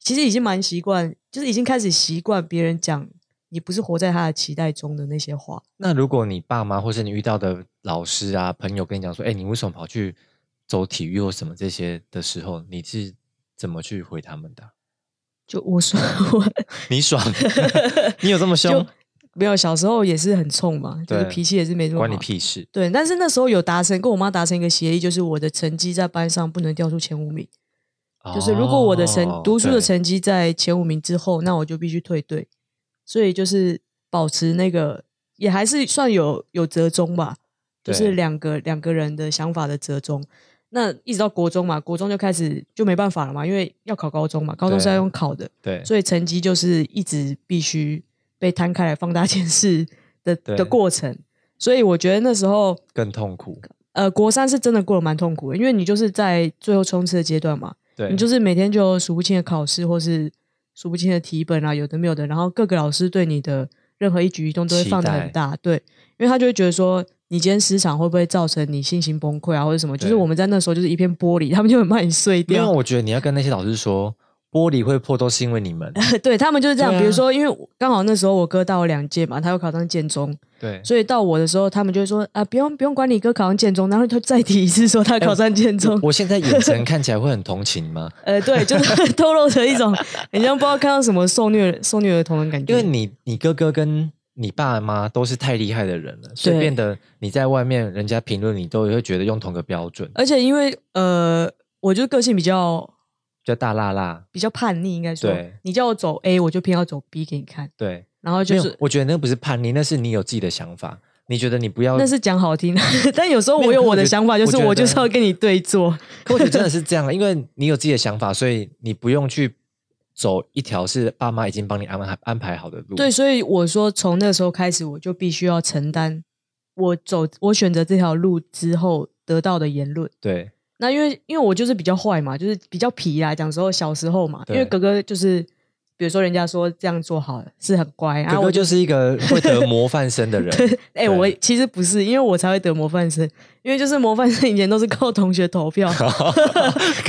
[SPEAKER 1] 其实已经蛮习惯，就是已经开始习惯别人讲你不是活在他的期待中的那些话。
[SPEAKER 2] 那如果你爸妈或是你遇到的老师啊朋友跟你讲说，哎、你为什么跑去走体育或什么这些的时候，你是怎么去回他们的啊？
[SPEAKER 1] 就我说 我
[SPEAKER 2] 你爽？你有这么凶
[SPEAKER 1] 就？没有，小时候也是很冲嘛，就是
[SPEAKER 2] 对
[SPEAKER 1] 脾气也是没这么好。
[SPEAKER 2] 关你！屁事！
[SPEAKER 1] 对，但是那时候有达成跟我妈达成一个协议，就是我的成绩在班上不能掉出前五名，就是如果我的成、
[SPEAKER 2] 哦
[SPEAKER 1] 读书的
[SPEAKER 2] 对
[SPEAKER 1] 成绩在前五名之后，那我就必须退队。所以就是保持那个，也还是算有有折中吧，就是
[SPEAKER 2] 对
[SPEAKER 1] 两个两个人的想法的折中。那一直到国中嘛，国中就开始就没办法了嘛，因为要考高中嘛，高中是
[SPEAKER 2] 对
[SPEAKER 1] 要用考的，
[SPEAKER 2] 对
[SPEAKER 1] 所以成绩就是一直必须被摊开来放大检视的
[SPEAKER 2] 对
[SPEAKER 1] 的过程。所以我觉得那时候，
[SPEAKER 2] 更痛苦。
[SPEAKER 1] 呃，国三是真的过得蛮痛苦的，因为你就是在最后冲刺的阶段嘛，
[SPEAKER 2] 对，
[SPEAKER 1] 你就是每天就有数不清的考试或是数不清的题本啊，有的没有的，然后各个老师对你的任何一举一动都会
[SPEAKER 2] 期
[SPEAKER 1] 放得
[SPEAKER 2] 待
[SPEAKER 1] 很大，对，因为他就会觉得说。你今天失常会不会造成你心情崩溃啊，或者什么？就是
[SPEAKER 2] 对
[SPEAKER 1] 我们在那时候就是一片玻璃，他们就很怕你碎
[SPEAKER 2] 没
[SPEAKER 1] 掉。
[SPEAKER 2] 有，我觉得你要跟那些老师说，玻璃会破都是因为你 们。
[SPEAKER 1] 对他们就是这样。
[SPEAKER 2] 对啊
[SPEAKER 1] 比如说，因为我刚好那时候我哥到了两届嘛，他又考上建中，
[SPEAKER 2] 对，
[SPEAKER 1] 所以到我的时候，他们就会说啊，不用不用管你哥考上建中，然后就再提一次说他考上建中。
[SPEAKER 2] 我现在眼神看起来会很同情吗？
[SPEAKER 1] 呃，对，就是 透露着一种很像不知道看到什么受虐受虐儿童的感觉。
[SPEAKER 2] 因为你你哥哥跟你爸妈都是太厉害的人了，所以
[SPEAKER 1] 对
[SPEAKER 2] 变得你在外面人家评论你都会觉得用同个标准，
[SPEAKER 1] 而且因为呃，我就个性比较
[SPEAKER 2] 叫大辣辣。
[SPEAKER 1] 比较叛逆，应该说
[SPEAKER 2] 对，
[SPEAKER 1] 你叫我走 A，我就偏要走 B 给你看，
[SPEAKER 2] 对，
[SPEAKER 1] 然后
[SPEAKER 2] 没
[SPEAKER 1] 就
[SPEAKER 2] 有
[SPEAKER 1] 是，。
[SPEAKER 2] 我觉得那不是叛逆，那是你有自己的想法。你觉得你不要，
[SPEAKER 1] 那是讲好听，但有时候
[SPEAKER 2] 呃没
[SPEAKER 1] 我有
[SPEAKER 2] 有可是
[SPEAKER 1] 我
[SPEAKER 2] 我
[SPEAKER 1] 的
[SPEAKER 2] 觉
[SPEAKER 1] 想法，
[SPEAKER 2] 我
[SPEAKER 1] 就是
[SPEAKER 2] 觉
[SPEAKER 1] 我就
[SPEAKER 2] 得嗯
[SPEAKER 1] 是要跟你对坐。
[SPEAKER 2] 可我觉得真的是这样啊，因为你有自己的想法，所以你不用去走一条是爸妈已经帮你安排安排好的路。
[SPEAKER 1] 对，所以我说从那时候开始，我就必须要承担我走我选择这条路之后得到的言论。
[SPEAKER 2] 对
[SPEAKER 1] 那因为因为我就是比较坏嘛，就是比较皮啦，讲时候小时候嘛，因
[SPEAKER 2] 对
[SPEAKER 1] 为哥哥就是，比如说人家说这样做好了是很乖，然
[SPEAKER 2] 哥
[SPEAKER 1] 后
[SPEAKER 2] 哥
[SPEAKER 1] 我
[SPEAKER 2] 就是一个会得模范 生的人。
[SPEAKER 1] 哎、
[SPEAKER 2] 对
[SPEAKER 1] 我其实不是，因为我才会得模范生，因为就是模范生以前都是靠同学投 票，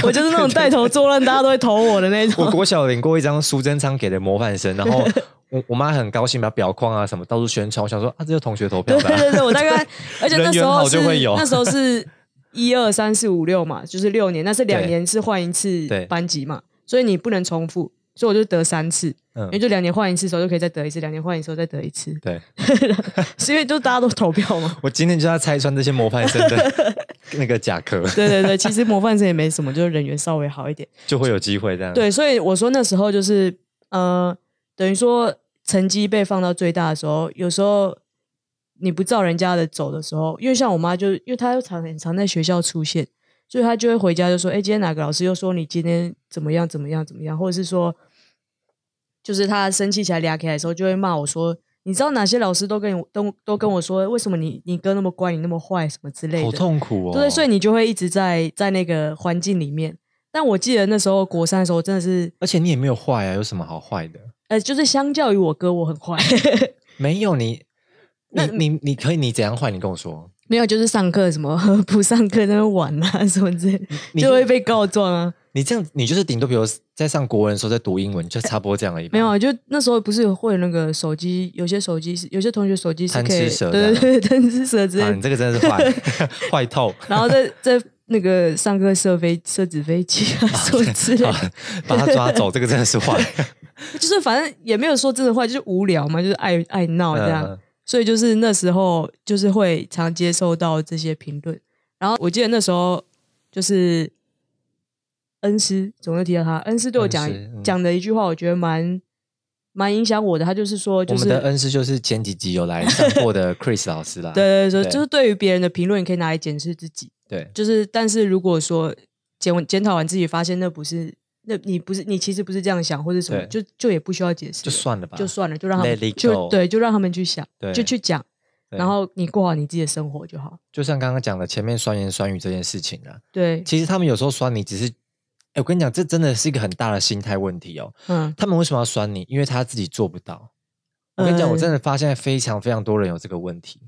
[SPEAKER 1] 我就是那种带头作乱，大家都会投我的那
[SPEAKER 2] 我
[SPEAKER 1] 种。
[SPEAKER 2] 国小领过一张苏贞昌给的模范生，然后我我妈很高兴把表框啊什么到处宣传，我想说啊，这就同学投票
[SPEAKER 1] 对
[SPEAKER 2] 的啊、
[SPEAKER 1] 对对对，我大概，而且那
[SPEAKER 2] 人
[SPEAKER 1] 时
[SPEAKER 2] 缘
[SPEAKER 1] 候
[SPEAKER 2] 好就是会有
[SPEAKER 1] 那时候 是一二三四五六嘛，就是六年，那是两
[SPEAKER 2] 对
[SPEAKER 1] 年是换一次
[SPEAKER 2] 对
[SPEAKER 1] 班级嘛，所以你不能重复，所以我就得三次，因为
[SPEAKER 2] 嗯，
[SPEAKER 1] 就两年换一次的时候就可以再得一次，两年换一次的时候再得一次，
[SPEAKER 2] 对。
[SPEAKER 1] 是因为就大家都投票嘛。
[SPEAKER 2] 我今天就要拆穿这些模范生 的那个甲壳，
[SPEAKER 1] 对对对，其实模范生也没什么，就是人缘稍微好一点。
[SPEAKER 2] 就会有机会这样。，
[SPEAKER 1] 对，所以我说那时候就是呃，等于说成绩被放到最大的时候，有时候你不照人家的走的时候，因为像我妈就，因为她又常很常在学校出现，所以她就会回家就说：“哎、今天哪个老师又说你今天怎么样怎么样怎么样，或者是说，就是她生气起来俩起来的时候，就会骂我说。”你知道哪些老师都跟你都都跟我说，为什么你你哥那么乖，你那么坏，什么之类的？
[SPEAKER 2] 好痛苦哦。
[SPEAKER 1] 对，所以你就会一直在在那个环境里面。但我记得那时候国三的时候，真的是，
[SPEAKER 2] 而且你也没有坏啊，有什么好坏的？
[SPEAKER 1] 呃，就是相较于我哥，我很 坏，
[SPEAKER 2] 没有你，你你你可以你怎样坏？你跟我说，
[SPEAKER 1] 没有就是上课什么不上课在那边玩啊什么之类，
[SPEAKER 2] 你哦
[SPEAKER 1] 就会被告状啊。
[SPEAKER 2] 你这样，你就是顶多比如在上国文的时候在读英文，就差不多这样而已吧。
[SPEAKER 1] 没有啊，就那时候不是会有那个手机，有些手机是有些同学手机是
[SPEAKER 2] 贪
[SPEAKER 1] 可以
[SPEAKER 2] 吃，蛇
[SPEAKER 1] 对
[SPEAKER 2] 这
[SPEAKER 1] 对对，贪吃蛇之类
[SPEAKER 2] 啊，
[SPEAKER 1] 的
[SPEAKER 2] 你这个真的 是坏 坏透。
[SPEAKER 1] 然后在在那个上课射飞射纸飞机啊什么之类
[SPEAKER 2] 啊
[SPEAKER 1] 的，
[SPEAKER 2] 把他抓走，这个真的是坏。
[SPEAKER 1] 就是反正也没有说真的坏，就是无聊嘛，就是爱爱闹哦这样。
[SPEAKER 2] 嗯
[SPEAKER 1] 所以就是那时候就是会常接收到这些评论。然后我记得那时候就是恩师，总是提到他，恩师对我讲
[SPEAKER 2] 恩师嗯
[SPEAKER 1] 讲的一句话，我觉得蛮蛮影响我的。他就是说，
[SPEAKER 2] 我
[SPEAKER 1] 就是
[SPEAKER 2] 们的恩师就是前几集有来上过的 Chris 老师啦。
[SPEAKER 1] 对对对，
[SPEAKER 2] 对
[SPEAKER 1] 就是对于别人的评论，你可以拿来检视自己。
[SPEAKER 2] 对
[SPEAKER 1] 就是但是如果说检检讨完自己，发现那不是。那你不是你其实不是这样想，或者什么，就
[SPEAKER 2] 对
[SPEAKER 1] 就也不需要解释，
[SPEAKER 2] 就算了吧，
[SPEAKER 1] 就算了，就让他们
[SPEAKER 2] Let it
[SPEAKER 1] 就
[SPEAKER 2] go
[SPEAKER 1] 对，就让他们去想，
[SPEAKER 2] 对
[SPEAKER 1] 就去讲，
[SPEAKER 2] 对
[SPEAKER 1] 然后你过好你自己的生活就好。
[SPEAKER 2] 就像刚刚讲的前面酸言酸语这件事情啊，
[SPEAKER 1] 对，
[SPEAKER 2] 其实他们有时候酸你只是，哎，我跟你讲，这真的是一个很大的心态问题哦。
[SPEAKER 1] 嗯，
[SPEAKER 2] 他们为什么要酸你？因为他自己做不到。我跟你讲，
[SPEAKER 1] 呃
[SPEAKER 2] 我真的发现非常非常多人有这个问题，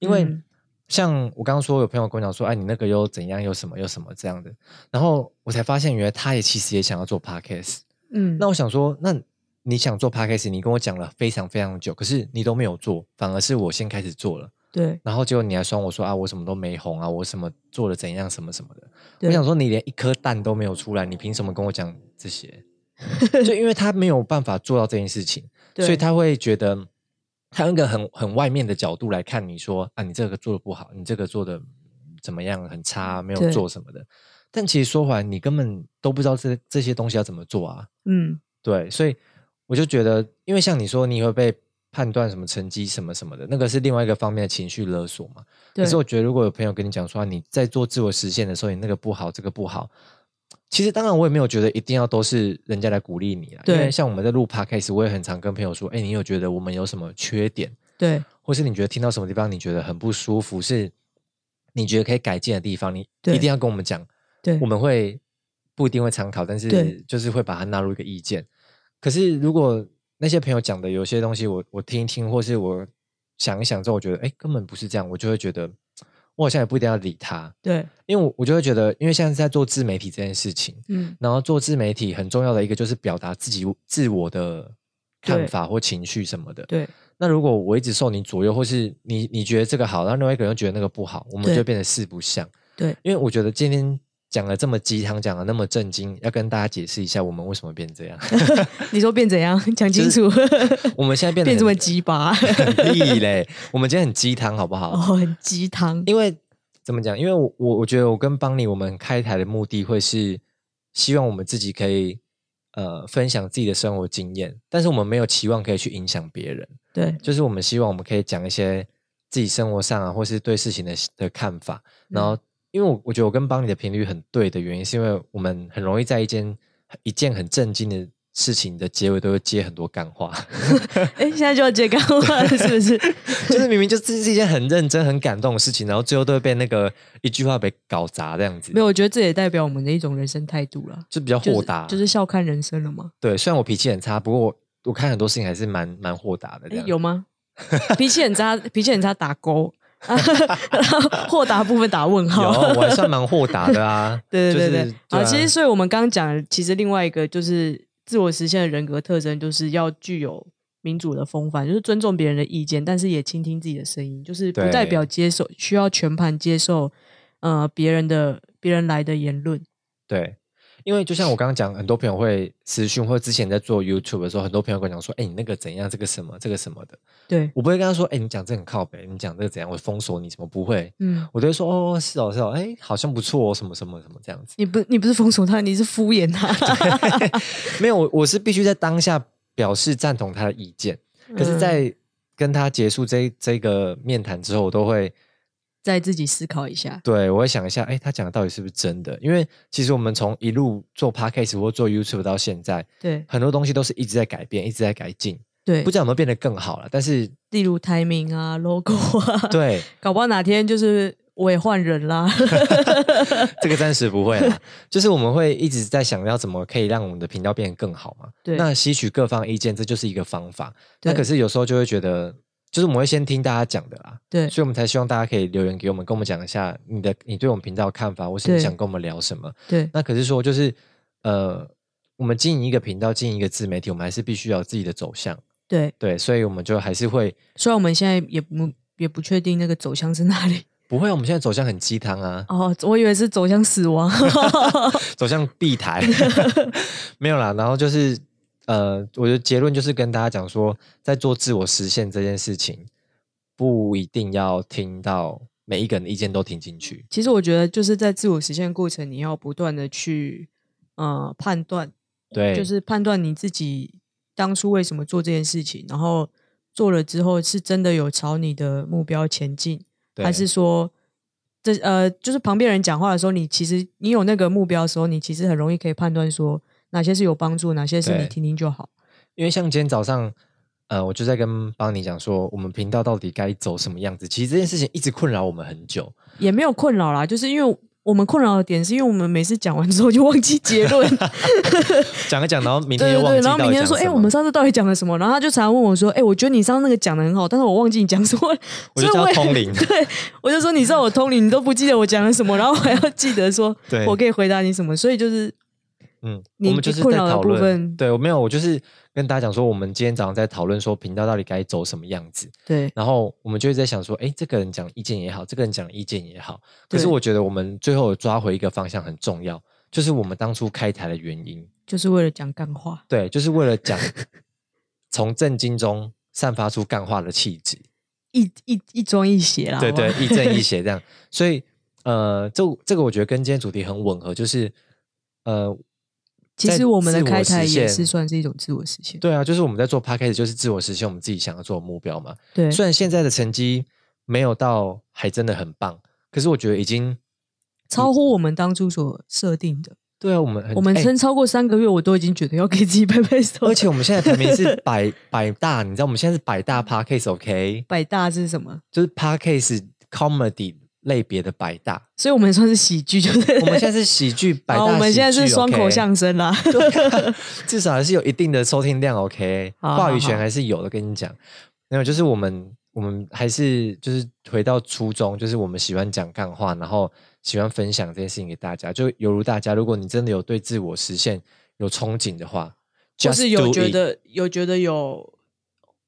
[SPEAKER 2] 因为
[SPEAKER 1] 嗯
[SPEAKER 2] 像我刚刚说，有朋友跟我讲说，哎，你那个又怎样，又什么又什么这样的，然后我才发现，原来他也其实也想要做 podcast。
[SPEAKER 1] 嗯，
[SPEAKER 2] 那我想说，那你想做 podcast，你跟我讲了非常非常久，可是你都没有做，反而是我先开始做了，
[SPEAKER 1] 对
[SPEAKER 2] 然后结果你还酸我说啊，我什么都没红啊，我什么做了怎样什么什么的。
[SPEAKER 1] 对
[SPEAKER 2] 我想说，你连一颗蛋都没有出来，你凭什么跟我讲这些？ 就因为他没有办法做到这件事情，
[SPEAKER 1] 对
[SPEAKER 2] 所以他会觉得他用一个很很外面的角度来看你说啊，你这个做的不好，你这个做的怎么样，很差，没
[SPEAKER 1] 对
[SPEAKER 2] 有做什么的。但其实说回来，你根本都不知道这这些东西要怎么做啊。
[SPEAKER 1] 嗯
[SPEAKER 2] 对，所以我就觉得，因为像你说，你会被判断什么成绩什么什么的，那个是另外一个方面的情绪勒索嘛。
[SPEAKER 1] 对
[SPEAKER 2] 可是我觉得，如果有朋友跟你讲说啊你在做自我实现的时候，你那个不好，这个不好，其实当然我也没有觉得一定要都是人家来鼓励你啊。因
[SPEAKER 1] 对
[SPEAKER 2] 为像我们在录 podcast，我也很常跟朋友说，哎，你有觉得我们有什么缺点，
[SPEAKER 1] 对
[SPEAKER 2] 或是你觉得听到什么地方你觉得很不舒服，是你觉得可以改进的地方，你
[SPEAKER 1] 对
[SPEAKER 2] 一定要跟我们讲。
[SPEAKER 1] 对
[SPEAKER 2] 我们会不一定会参考，但
[SPEAKER 1] 嗯对
[SPEAKER 2] 是就是会把它纳入一个意见。可是如果那些朋友讲的有些东西我，我听一听，或是我想一想之后，我觉得哎根本不是这样，我就会觉得我好像也不一定要理他，
[SPEAKER 1] 对，
[SPEAKER 2] 因为我我就会觉得，因为现在是在做自媒体这件事情，
[SPEAKER 1] 嗯
[SPEAKER 2] 然后做自媒体很重要的一个就是表达自己自我的
[SPEAKER 1] 对
[SPEAKER 2] 看法或情绪什么的。
[SPEAKER 1] 对
[SPEAKER 2] 那如果我一直受你左右，或是你你觉得这个好，然后另外一个人又觉得那个不好，我们
[SPEAKER 1] 对
[SPEAKER 2] 就变得四不像。
[SPEAKER 1] 对，
[SPEAKER 2] 因为我觉得今天讲了这么鸡汤，讲了那么震惊，要跟大家解释一下我们为什么 变这样。
[SPEAKER 1] 你说变怎样？ 讲清楚，
[SPEAKER 2] 我们现在变得
[SPEAKER 1] 变这么
[SPEAKER 2] 很
[SPEAKER 1] 鸡巴
[SPEAKER 2] 很屁嘞，我们今天很鸡汤好不好？
[SPEAKER 1] 哦，很鸡汤，
[SPEAKER 2] 因为怎么讲？因为我我我觉得我跟邦尼我们开台的目的会是希望我们自己可以呃分享自己的生活经验，但是我们没有期望可以去影响别人。
[SPEAKER 1] 对
[SPEAKER 2] 就是我们希望我们可以讲一些自己生活上啊，或是对事情的的看法。
[SPEAKER 1] 嗯
[SPEAKER 2] 然后，因为我我觉得我跟邦尼的频率很对的原因，是因为我们很容易在一件一件很震惊的事情的结尾都会接很多 干话，
[SPEAKER 1] 哎、现在就要接干话了， 是不是？
[SPEAKER 2] 就是明明就这是一件很认真、很感动的事情，然后最后都会被那个一句话被搞砸这样子
[SPEAKER 1] 没，有，我觉得这也代表我们的一种人生态度了，
[SPEAKER 2] 就比较
[SPEAKER 1] 就
[SPEAKER 2] 豁
[SPEAKER 1] 是
[SPEAKER 2] 达。
[SPEAKER 1] 就是笑看人生了吗？
[SPEAKER 2] 对，虽然我脾气很差，不过我我看很多事情还是蛮蛮豁达的这
[SPEAKER 1] 哎、
[SPEAKER 2] 样。
[SPEAKER 1] 有吗？脾气很差，脾气很差，打勾。 然后豁达部分打问
[SPEAKER 2] 有，
[SPEAKER 1] 号。。
[SPEAKER 2] 我还算蛮豁达的啊
[SPEAKER 1] 对对对
[SPEAKER 2] 就
[SPEAKER 1] 对
[SPEAKER 2] 是，
[SPEAKER 1] 好，
[SPEAKER 2] 啊
[SPEAKER 1] 其实所以我们刚刚讲，其实另外一个就是呃自我实现的人格特征，就是要具有民主的风范，就是尊重别人的意见，但是也倾听自己的声音，就是不
[SPEAKER 2] 对
[SPEAKER 1] 代表接受，需要全盘接受呃别人的别人来的言论。
[SPEAKER 2] 对，因为就像我刚刚讲，很多朋友会私讯，或者之前在做 YouTube 的时候，很多朋友跟我讲说：“哎、你那个怎样，这个什么，这个什么的。
[SPEAKER 1] 对”，
[SPEAKER 2] 我不会跟他说：“哎、你讲这很靠北，你讲这个怎样，我封锁你什么？”不会，
[SPEAKER 1] 嗯，
[SPEAKER 2] 我都会说：“哦，是哦，是哦，哎、好像不错哦，什么什么什么这样子。
[SPEAKER 1] 你不你不是封锁他，你是敷衍 他。”
[SPEAKER 2] 没有，我我是必须在当下表示赞同他的意见，可是，在跟他结束这这个面谈之后，我都会。
[SPEAKER 1] 再自己思考一下。
[SPEAKER 2] 对，我会想一下，哎，他讲的到底是不是真的？因为其实我们从一路做 podcast 或做 YouTube 到现在，
[SPEAKER 1] 对
[SPEAKER 2] 很多东西都是一直在改变，一直在改进，
[SPEAKER 1] 对
[SPEAKER 2] 不，知道有没有变得更好了。但是，
[SPEAKER 1] 例如 timing 啊，logo 啊，，
[SPEAKER 2] 对，
[SPEAKER 1] 搞不好哪天就是我也换人啦。
[SPEAKER 2] 这个暂时不会啦。就是我们会一直在想要怎么可以让我们的频道变得更好嘛。
[SPEAKER 1] 对
[SPEAKER 2] 那吸取各方意见，这就是一个方法。那
[SPEAKER 1] 对
[SPEAKER 2] 可是有时候就会觉得，就是我们会先听大家讲的啦，
[SPEAKER 1] 对
[SPEAKER 2] 所以我们才希望大家可以留言给我们，跟我们讲一下你的你对我们频道的看法，或是你
[SPEAKER 1] 对
[SPEAKER 2] 想跟我们聊什么。
[SPEAKER 1] 对
[SPEAKER 2] 那可是说，就是呃，我们经营一个频道，经营一个自媒体，我们还是必须要有自己的走向。
[SPEAKER 1] 对，
[SPEAKER 2] 对，所以我们就还是会
[SPEAKER 1] 虽然我们现在也不也不确定那个走向是哪里
[SPEAKER 2] 不会，我们现在走向很鸡汤啊，
[SPEAKER 1] 哦，我以为是走向死亡。
[SPEAKER 2] 走向避台，没有啦。然后就是呃，我的结论就是跟大家讲说，在做自我实现这件事情，不一定要听到每一个人的意见都听进去。
[SPEAKER 1] 其实我觉得就是在自我实现过程，你要不断的去呃判断，
[SPEAKER 2] 对，
[SPEAKER 1] 就是判断你自己当初为什么做这件事情，然后做了之后是真的有朝你的目标前进，
[SPEAKER 2] 对
[SPEAKER 1] 还是说这呃，就是旁边人讲话的时候，你其实你有那个目标的时候，你其实很容易可以判断说哪些是有帮助，哪些是你
[SPEAKER 2] 对
[SPEAKER 1] 听听就好。
[SPEAKER 2] 因为像今天早上，呃，我就在跟邦尼讲说，我们频道到底该走什么样子。其实这件事情一直困扰我们很久。
[SPEAKER 1] 也没有困扰啦，就是因为我们困扰的点是因为我们每次讲完之后就忘记结 论，
[SPEAKER 2] 讲一讲，然后明天
[SPEAKER 1] 对
[SPEAKER 2] 又
[SPEAKER 1] 对
[SPEAKER 2] 忘记
[SPEAKER 1] 对，然后明
[SPEAKER 2] 到底
[SPEAKER 1] 天
[SPEAKER 2] 讲
[SPEAKER 1] 说，哎、
[SPEAKER 2] 什么
[SPEAKER 1] 我们上次到底讲了什么？然后他就常常问我说，哎、我觉得你上次那个讲的很好，但是我忘记你讲什么，
[SPEAKER 2] 我
[SPEAKER 1] 所
[SPEAKER 2] 就
[SPEAKER 1] 以
[SPEAKER 2] 叫
[SPEAKER 1] 我
[SPEAKER 2] 他
[SPEAKER 1] 也
[SPEAKER 2] 通 灵
[SPEAKER 1] 对，我就说你知道我通灵，你都不记得我讲了什么，然后我还要记得说
[SPEAKER 2] 对
[SPEAKER 1] 我可以回答你什么，所以就是
[SPEAKER 2] 嗯，
[SPEAKER 1] 你
[SPEAKER 2] 我们就是
[SPEAKER 1] 困
[SPEAKER 2] 在
[SPEAKER 1] 扰的
[SPEAKER 2] 讨
[SPEAKER 1] 部分
[SPEAKER 2] 论。对，我没有，我就是跟大家讲说，我们今天早上在讨论说频道到底该走什么样子。
[SPEAKER 1] 对
[SPEAKER 2] 然后我们就会在想说，哎，这个人讲意见也好，这个人讲意见也好。可是
[SPEAKER 1] 对
[SPEAKER 2] 我觉得我们最后有抓回一个方向很重要，就是我们当初开台的原因。
[SPEAKER 1] 就是为了讲干话。
[SPEAKER 2] 对，就是为 了讲从震惊中散发出干话的气质。
[SPEAKER 1] 一一一庄一邪啦，
[SPEAKER 2] 对
[SPEAKER 1] 好不好啊
[SPEAKER 2] 对，亦正亦邪这样。所以呃，这这个我觉得跟今天主题很吻合，就是呃，
[SPEAKER 1] 其
[SPEAKER 2] 在
[SPEAKER 1] 实我们的
[SPEAKER 2] 自我
[SPEAKER 1] 开
[SPEAKER 2] 实
[SPEAKER 1] 台也
[SPEAKER 2] 现
[SPEAKER 1] 是算是一种自我实现。
[SPEAKER 2] 对啊，就是我们在做 p a c k a g e 就是自我实现我们自己想要做的目标嘛。
[SPEAKER 1] 对，
[SPEAKER 2] 虽然现在的成绩没有到还真的很棒，可是我觉得已经
[SPEAKER 1] 超乎我们当初所设定的。
[SPEAKER 2] 对啊，我们很
[SPEAKER 1] 我们
[SPEAKER 2] 哎
[SPEAKER 1] 撑超过三个月，我都已经觉得要给自己 拍拍手。
[SPEAKER 2] 而且我们现在排名 是百百大，你知道我们现在是百大 p a c k a g e o k
[SPEAKER 1] 百大是什么？
[SPEAKER 2] 就是 p a c k a g e comedy 类别的百大。
[SPEAKER 1] 所以我们算是喜剧，就是
[SPEAKER 2] 我们现在是喜剧百大、
[SPEAKER 1] 哦好我们现在是双口相声啦。
[SPEAKER 2] 对啊 至少还是有一定的收听量，OK，
[SPEAKER 1] 好好
[SPEAKER 2] 话语权
[SPEAKER 1] 好
[SPEAKER 2] 还是有的。跟你讲，没有，就是我们我们还是就是回到初衷，就是我们喜欢讲干话，然后喜欢分享这件事情给大家。就犹如大家，如果你真的有对自我实现有憧憬的话，
[SPEAKER 1] 就
[SPEAKER 2] 就是
[SPEAKER 1] 有觉得有觉得有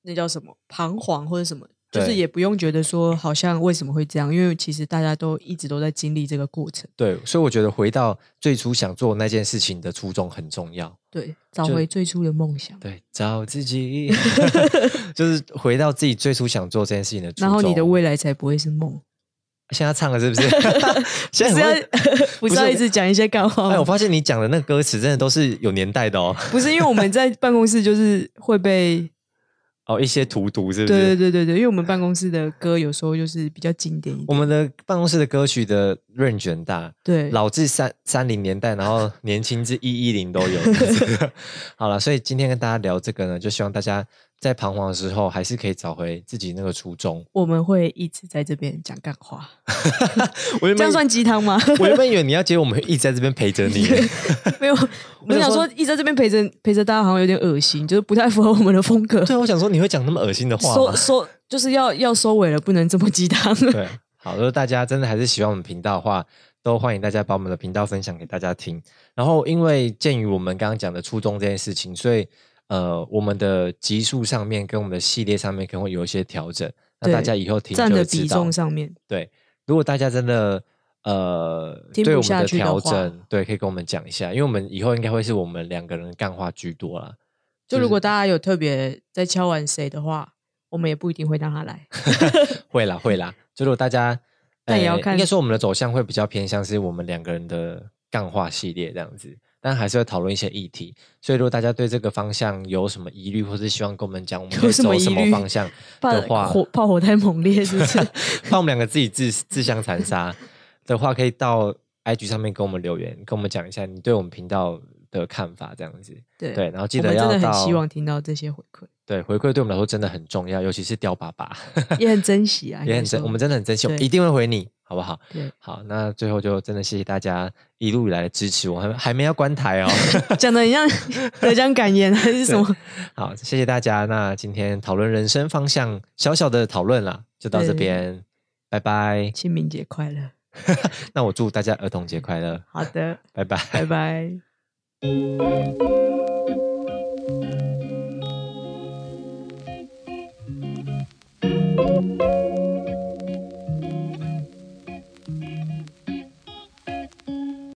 [SPEAKER 1] 那叫什么彷徨或者什么，就
[SPEAKER 2] 对
[SPEAKER 1] 是也不用觉得说好像为什么会这样，因为其实大家都一直都在经历这个过程。
[SPEAKER 2] 对，所以我觉得回到最初想做那件事情的初衷很重要。
[SPEAKER 1] 对，找
[SPEAKER 2] 就
[SPEAKER 1] 回最初的梦想。
[SPEAKER 2] 对，找自己， 就是回到自己最初想做这件事情的初衷。
[SPEAKER 1] 然后你的未来才不会是梦，
[SPEAKER 2] 现在唱了是不 是？现在很
[SPEAKER 1] 不是要啊
[SPEAKER 2] 会
[SPEAKER 1] 不是要一直讲一些干话吗
[SPEAKER 2] 哎，我发现你讲的那 个歌词真的都是有年代的哦。
[SPEAKER 1] 不是因为我们在办公室就是会被
[SPEAKER 2] 哦，一些荼毒是不是？
[SPEAKER 1] 对对对对对，因为我们办公室的歌有时候就是比较经典一
[SPEAKER 2] 我
[SPEAKER 1] 点，
[SPEAKER 2] 们的办公室的歌曲的 range 很大，
[SPEAKER 1] 对，
[SPEAKER 2] 老至三三零年代，然后年轻至一一零都 有。 好了，所以今天跟大家聊这个呢，就希望大家在彷徨的时候，还是可以找回自己那个初衷。
[SPEAKER 1] 我们会一直在这边讲干话，
[SPEAKER 2] 我原
[SPEAKER 1] 这
[SPEAKER 2] 本
[SPEAKER 1] 样算鸡汤吗？
[SPEAKER 2] 我原本以为你要接，我们一直在这边陪着你。
[SPEAKER 1] 没有，我
[SPEAKER 2] 想
[SPEAKER 1] 想
[SPEAKER 2] 说
[SPEAKER 1] 说一直在这边陪着陪着大家，好像有点恶心，就是不太符合我们的风格。
[SPEAKER 2] 对，啊我想说你会讲那么恶心的话
[SPEAKER 1] 收
[SPEAKER 2] 吗？
[SPEAKER 1] 收就是要要收尾了，不能这么鸡汤。
[SPEAKER 2] 对，好，如果大家真的还是喜欢我们频道的话，都欢迎大家把我们的频道分享给大家听。然后，因为鉴于我们刚刚讲的初衷这件事情，所以呃，我们的集数上面跟我们的系列上面可能会有一些调整。那
[SPEAKER 1] 对
[SPEAKER 2] 大家以后听就
[SPEAKER 1] 占
[SPEAKER 2] 会
[SPEAKER 1] 的
[SPEAKER 2] 知
[SPEAKER 1] 比
[SPEAKER 2] 道
[SPEAKER 1] 重。上面，
[SPEAKER 2] 对，如果大家真的呃
[SPEAKER 1] 听
[SPEAKER 2] 对
[SPEAKER 1] 不
[SPEAKER 2] 我们
[SPEAKER 1] 下
[SPEAKER 2] 的
[SPEAKER 1] 去的
[SPEAKER 2] 调
[SPEAKER 1] 话
[SPEAKER 2] 整，对，可以跟我们讲一下，因为我们以后应该会是我们两个人干话居多啦。
[SPEAKER 1] 就如
[SPEAKER 2] 是
[SPEAKER 1] 果大家有特别在敲完谁的话，我们也不一定会让他来。
[SPEAKER 2] 会啦，会啦。就如果大家，
[SPEAKER 1] 但也要
[SPEAKER 2] 呃
[SPEAKER 1] 看
[SPEAKER 2] 应该说我们的走向会比较偏向是我们两个人的干话系列这样子，但还是会讨论一些议题。所以如果大家对这个方向有什么疑虑，或是希望跟我们讲我们
[SPEAKER 1] 有
[SPEAKER 2] 会
[SPEAKER 1] 什
[SPEAKER 2] 走
[SPEAKER 1] 么疑
[SPEAKER 2] 什么
[SPEAKER 1] 虑
[SPEAKER 2] 方向
[SPEAKER 1] 怕
[SPEAKER 2] 的话，
[SPEAKER 1] 火炮火太猛烈，是不 是？
[SPEAKER 2] 怕我们两个自己自自相残 杀的话，可以到 IG 上面跟我们留言，跟我们讲一下你对我们频道的看法这样子。
[SPEAKER 1] 对
[SPEAKER 2] 对，然后记
[SPEAKER 1] 我
[SPEAKER 2] 得
[SPEAKER 1] 们
[SPEAKER 2] 要
[SPEAKER 1] 真
[SPEAKER 2] 到
[SPEAKER 1] 的很希望听到这些回馈，
[SPEAKER 2] 对回馈对我们来说真的很重要，尤其是雕爸 爸
[SPEAKER 1] 也 很珍惜啊，
[SPEAKER 2] 也很
[SPEAKER 1] 应该说
[SPEAKER 2] 珍，我们真的很珍惜，我们
[SPEAKER 1] 对
[SPEAKER 2] 一定会回你，好不好？
[SPEAKER 1] 对
[SPEAKER 2] 好，那最后就真的谢谢大家一路以来的支持，我还还没要关台哦。
[SPEAKER 1] 讲的很像 得奖感言还是什么？
[SPEAKER 2] 好，谢谢大家。那今天讨论人生方向小小的讨论啦，就到这
[SPEAKER 1] 对
[SPEAKER 2] 边，拜拜。
[SPEAKER 1] 清明节快乐！
[SPEAKER 2] 那我祝大家儿童节快乐，
[SPEAKER 1] 好的，
[SPEAKER 2] 拜拜。
[SPEAKER 1] 拜拜。